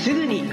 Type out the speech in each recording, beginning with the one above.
役立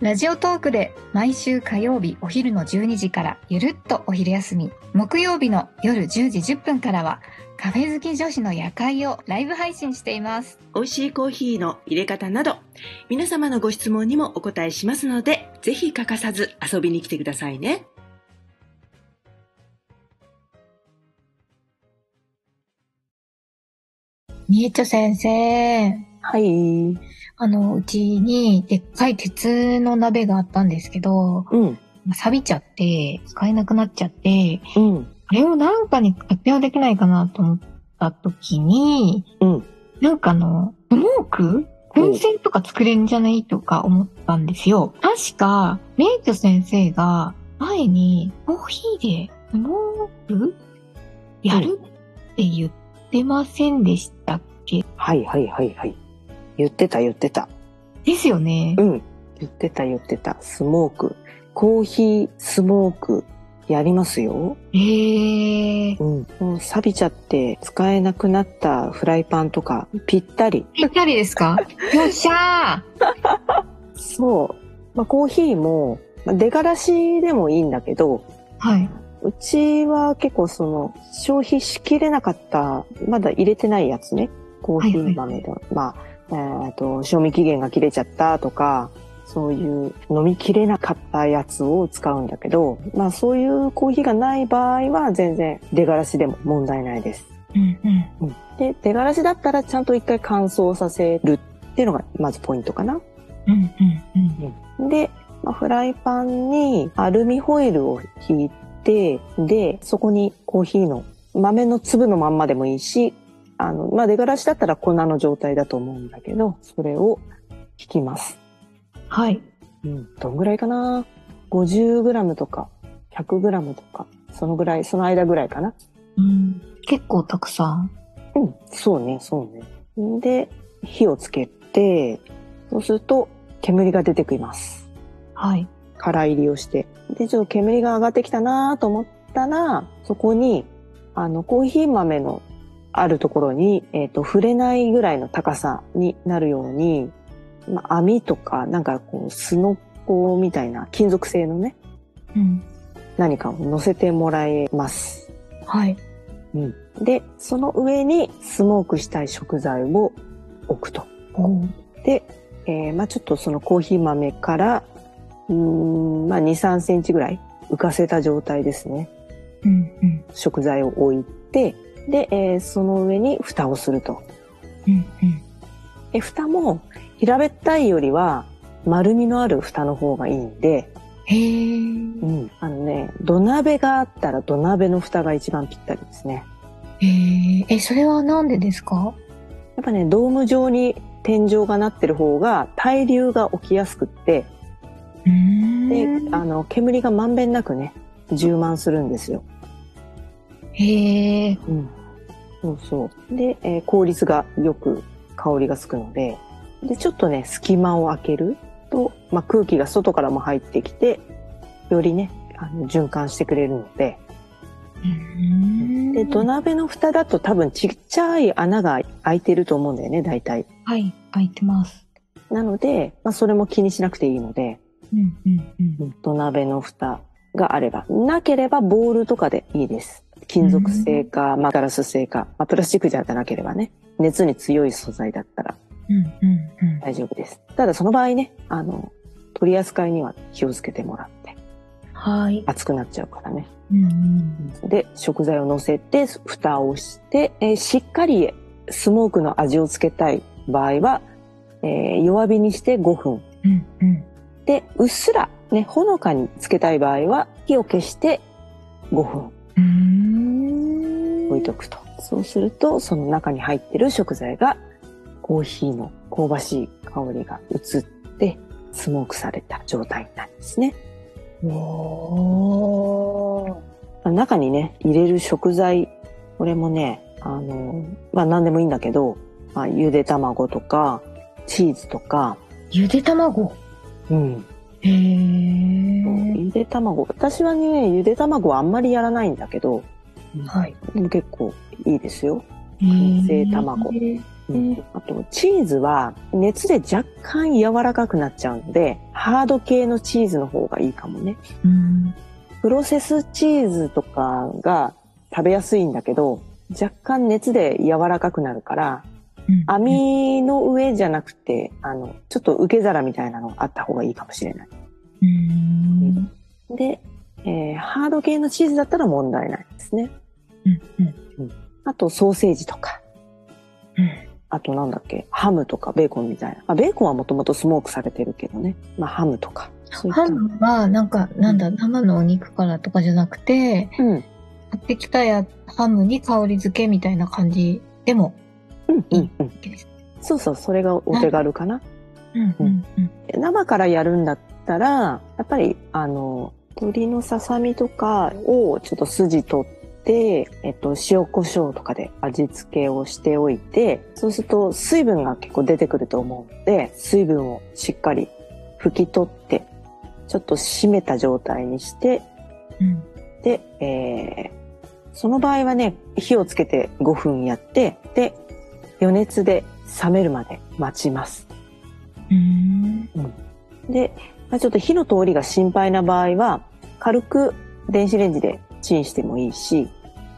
ラジオトークで毎週火曜日お昼の12時からゆるっとお昼休み、木曜日の夜10時10分からはカフェ好き女子の夜会をライブ配信しています。美味しいコーヒーの入れ方など皆様のご質問にもお答えしますのでぜひ欠かさず遊びに来てくださいねみえちょ先生、はいあの、うちにでっかい鉄の鍋があったんですけど、うん錆びちゃって、使えなくなっちゃって、うんあれをなんかに活用できないかなと思った時に、うんなんかあの、スモークうん燻製とか作れるんじゃないとか思ったんですよ。確か、レイト先生が前にコーヒーでスモークやるって言ってませんでしたっけはいはいはいはい言ってた言ってたですよね。うん言ってた言ってたスモークコーヒースモークやりますよ、えー。うん、もう錆びちゃって使えなくなったフライパンとかぴったりぴったりですか よっしゃそう。まあ、コーヒーも、まあ、出がらしでもいいんだけど、ーはい。うちは結構その、消費しきれなかった、まだ入れてないやつね。コーヒー豆が、まあ、えーと、賞味期限が切れちゃったとか、そういう飲みきれなかったやつを使うんだけど、まあそういうコーヒーがない場合は全然出がらしでも問題ないです。うんうん。で、出がらしだったらちゃんと一回乾燥させるっていうのがまずポイントかな。うんうんうん。で、まあフライパンにアルミホイルを引いて、で、そこにコーヒーの豆の粒のまんまでもいいし、あの、まあ、出がらしだったら粉の状態だと思うんだけど、それを引きます。はい。うん。どんぐらいかな ?50g とか 100g とか、そのぐらい、その間ぐらいかな。うん、結構たくさん。うん、そうね、そうね。で、火をつけて、そうすると煙が出てきます。はい。空入りをして。で、ちょっと煙が上がってきたなと思ったら、そこに、あの、コーヒー豆のあるところに、えっ、と、触れないぐらいの高さになるように、まあ、網とか、なんかこう、スノコみたいな金属製のね、うん。何かを乗せてもらえます。はい。で、その上にスモークしたい食材を置くと。おーで、えーまあちょっとそのコーヒー豆から、うーん、まあ2、3センチぐらい浮かせた状態ですね。うんうん食材を置いて、で、えーその上に蓋をすると。うんうん。え、蓋も平べったいよりは丸みのある蓋の方がいいんで、へーうん。あのね、土鍋があったら土鍋の蓋が一番ぴったりですね。へーえ、それはなんでですかやっぱね、ドーム状に天井がなってる方が対流が起きやすくって、うーで、ん。あの、煙がまんべんなくね、充満するんですよ。へーうん、そうそう。で、えー効率がよく香りがつくので、で、ちょっとね、隙間を開けると、まあ、空気が外からも入ってきて、よりね、あの循環してくれるので、うーん。で、土鍋の蓋だと多分ちっちゃい穴が開いてると思うんだよね、大体。はい、開いてます。なので、まあ、それも気にしなくていいので、うんうんうん。土鍋の蓋があれば、なければボールとかでいいです。金属製か、まあ、ガラス製か、まあ、プラスチックじゃなければね、熱に強い素材だったらうんうんうん。大丈夫です。ただその場合ね、あの、取り扱いには気をつけてもらって、はい。熱くなっちゃうからね。うんうん。で、食材を乗せて、蓋をして、えーしっかりスモークの味をつけたい場合は、えー弱火にして5分。うんうん。で、うっすら、ね、ほのかにつけたい場合は、火を消して5分うーん。置いとくと。そうすると、その中に入ってる食材が、コーヒーの香ばしい香りが移って、スモークされた状態になるんですね。おー。ま中にね、入れる食材、これもね、あの、まあ何でもいいんだけど、まあゆで卵とか、チーズとか、ゆで卵。うん。へえ。ゆで卵。私はね、ゆで卵はあんまりやらないんだけど、はい。でも結構いいですよ。燻製卵うんあと、チーズは熱で若干柔らかくなっちゃうので、ハード系のチーズの方がいいかもね。うん。プロセスチーズとかが食べやすいんだけど、若干熱で柔らかくなるから、うん網の上じゃなくて、あの、ちょっと受け皿みたいなのがあった方がいいかもしれない。うん。で、えーハード系のチーズだったら問題ないですね。うん。うん。あと、ソーセージとか。うんあと、なんだっけ、ハムとかベーコンみたいな。まあ、ベーコンはもともとスモークされてるけどね。まあ、ハムとか。そういったハムは、なんか、なんだ、生のお肉からとかじゃなくて、うん。うん買ってきたやハムに香り付けみたいな感じでもうんうん。 OK です。そうそう、それがお手軽かな。うんうんうん。生からやるんだったら、やっぱり、あの、鶏のささみとかをちょっと筋取って、えっと、塩コショウとかで味付けをしておいて、そうすると水分が結構出てくると思うので、水分をしっかり拭き取って、ちょっと締めた状態にして、うんで、えーその場合はね、火をつけて5分やって、で、余熱で冷めるまで待ちます。うん。で、まあ、ちょっと火の通りが心配な場合は、軽く電子レンジでチンしてもいいし、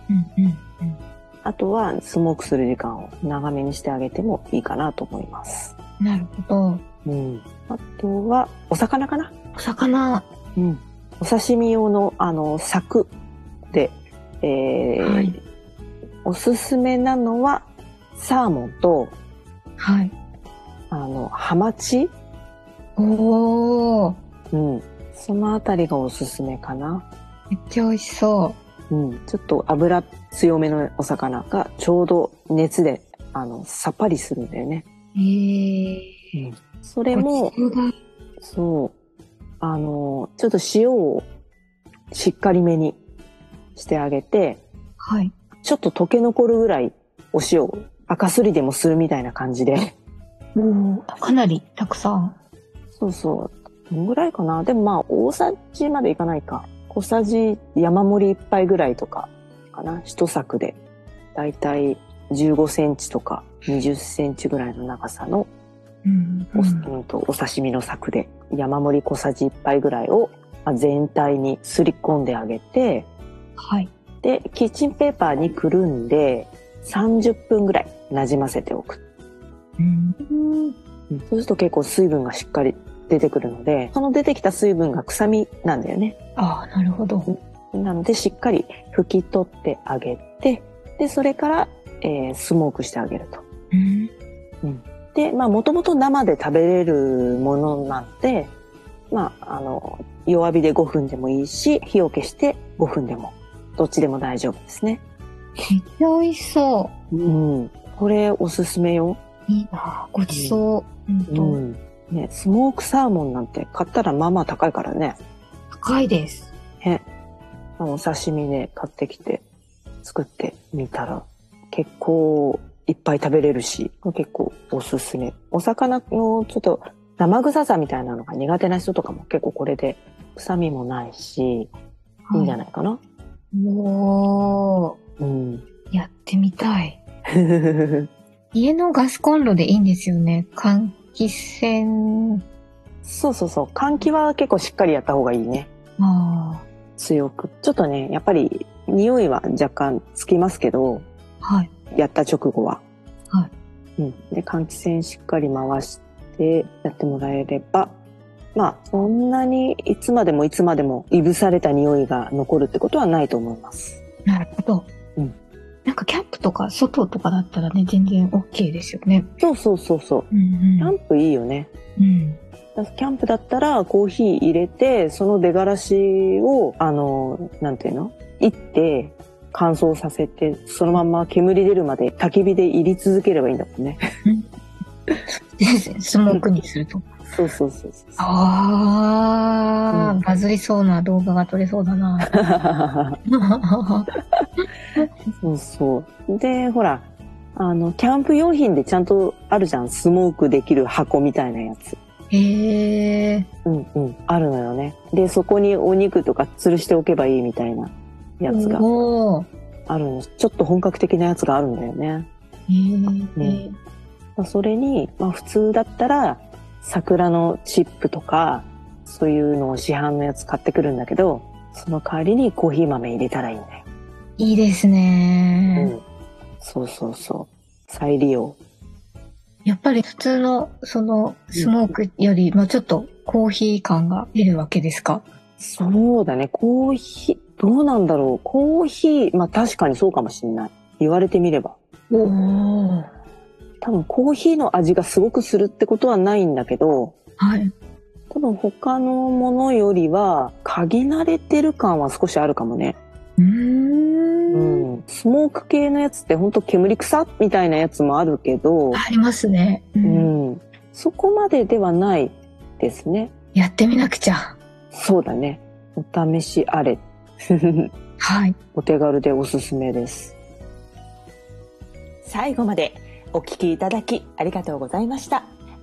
うんうんうん。あとはスモークする時間を長めにしてあげてもいいかなと思います。なるほど。うん。あとは、お魚かなお魚。うん。お刺身用の、あの、柵で、えーはいおすすめなのは、サーモンと、はい。あの、ハマチおー。うん。そのあたりがおすすめかな。めっちゃ美味しそうん、ちょっと油強めのお魚がちょうど熱であのさっぱりするんだよね。う。えー。それごもちそうだそうあのちょっと塩をしっかりめにしてあげてはい。ちょっと溶け残るぐらいお塩を赤すりでもするみたいな感じでおー。かなりたくさん。そうそうどんぐらいかなでもまあ大さじまでいかないか小さじ山盛り一杯ぐらいとかかな一柵でだいたい15センチとか20センチぐらいの長さのうんお,、うん、とお刺身の柵で山盛り小さじ1杯ぐらいをまあ全体にすり込んであげてはい。でキッチンペーパーにくるんで30分ぐらいなじませておく、うん。そうすると結構水分がしっかり出てくるのでその出てきた水分が臭みなんだよねああ、なるほど。なのでしっかり拭き取ってあげてでそれから、えースモークしてあげるとうん。で、まあ、もともと生で食べれるものなんで、まあ、あの、弱火で5分でもいいし、火を消して5分でも、どっちでも大丈夫ですね。めっちゃ美味しそうん。これおすすめよ。う。いいなごちそう。うんと、ん。ね、スモークサーモンなんて買ったらまあまあ高いからね。高いです。ね。あのお刺身で買ってきて、作ってみたら、結構いっぱい食べれるし、結構おすすめ。お魚のちょっと生臭さみたいなのが苦手な人とかも結構これで臭みもないし、いいんじゃないかな。いおー。うん。 やってみたい。家のガスコンロでいいんですよね。換気扇。そうそうそう。換気は結構しっかりやった方がいいね。あ強く。ちょっとね、やっぱり匂いは若干つきますけど、あ。はい。やった直後は。はうん。で、換気扇しっかり回してやってもらえれば、まあ、そんなにいつまでもいつまでもいぶされた匂いが残るってことはないと思います。なるほど。うん。なんかキャンプとか外とかだったらね、全然 OK ですよね。そうそうそうそう。うんキャンプいいよね。うん。うん。キャンプだったらコーヒー入れて、その出がらしを、あの、なんていうのいって、乾燥させて、そのまんま煙出るまで焚き火で入り続ければいいんだも んね。スモークにすると。 そうそうそうそう。ああ、はバズりそうな動画が撮れそうだな。 そうそう。で、ほら、あの、キャンプ用品でちゃんとあるじゃん。スモークできる箱みたいなやつ。へえ。うんうん。あるのよね。で、そこにお肉とか吊るしておけばいいみたいなやつがおお。あるの。ちょっと本格的なやつがあるんだよね。へえ。ねまあそれに、まあ普通だったら、桜のチップとか、そういうのを市販のやつ買ってくるんだけど、その代わりにコーヒー豆入れたらいいんだよ。いいですね、うん。そうそうそう。再利用。やっぱり普通のそのスモークより、まあちょっとコーヒー感が出るわけですか。そうだね。コーヒー、どうなんだろう。コーヒー、まあ確かにそうかもしれない。言われてみれば。おお。多分コーヒーの味がすごくするってことはないんだけど、はい。多分他のものよりは、嗅ぎ慣れてる感は少しあるかもね。うー。うんん。スモーク系のやつって本当煙臭みたいなやつもあるけど、ありますね、う。うんん。そこまでではないですね。やってみなくちゃ。そうだね。お試しあれ。はい。お手軽でおすすめです。最後までお聞きいただきありがとうございました。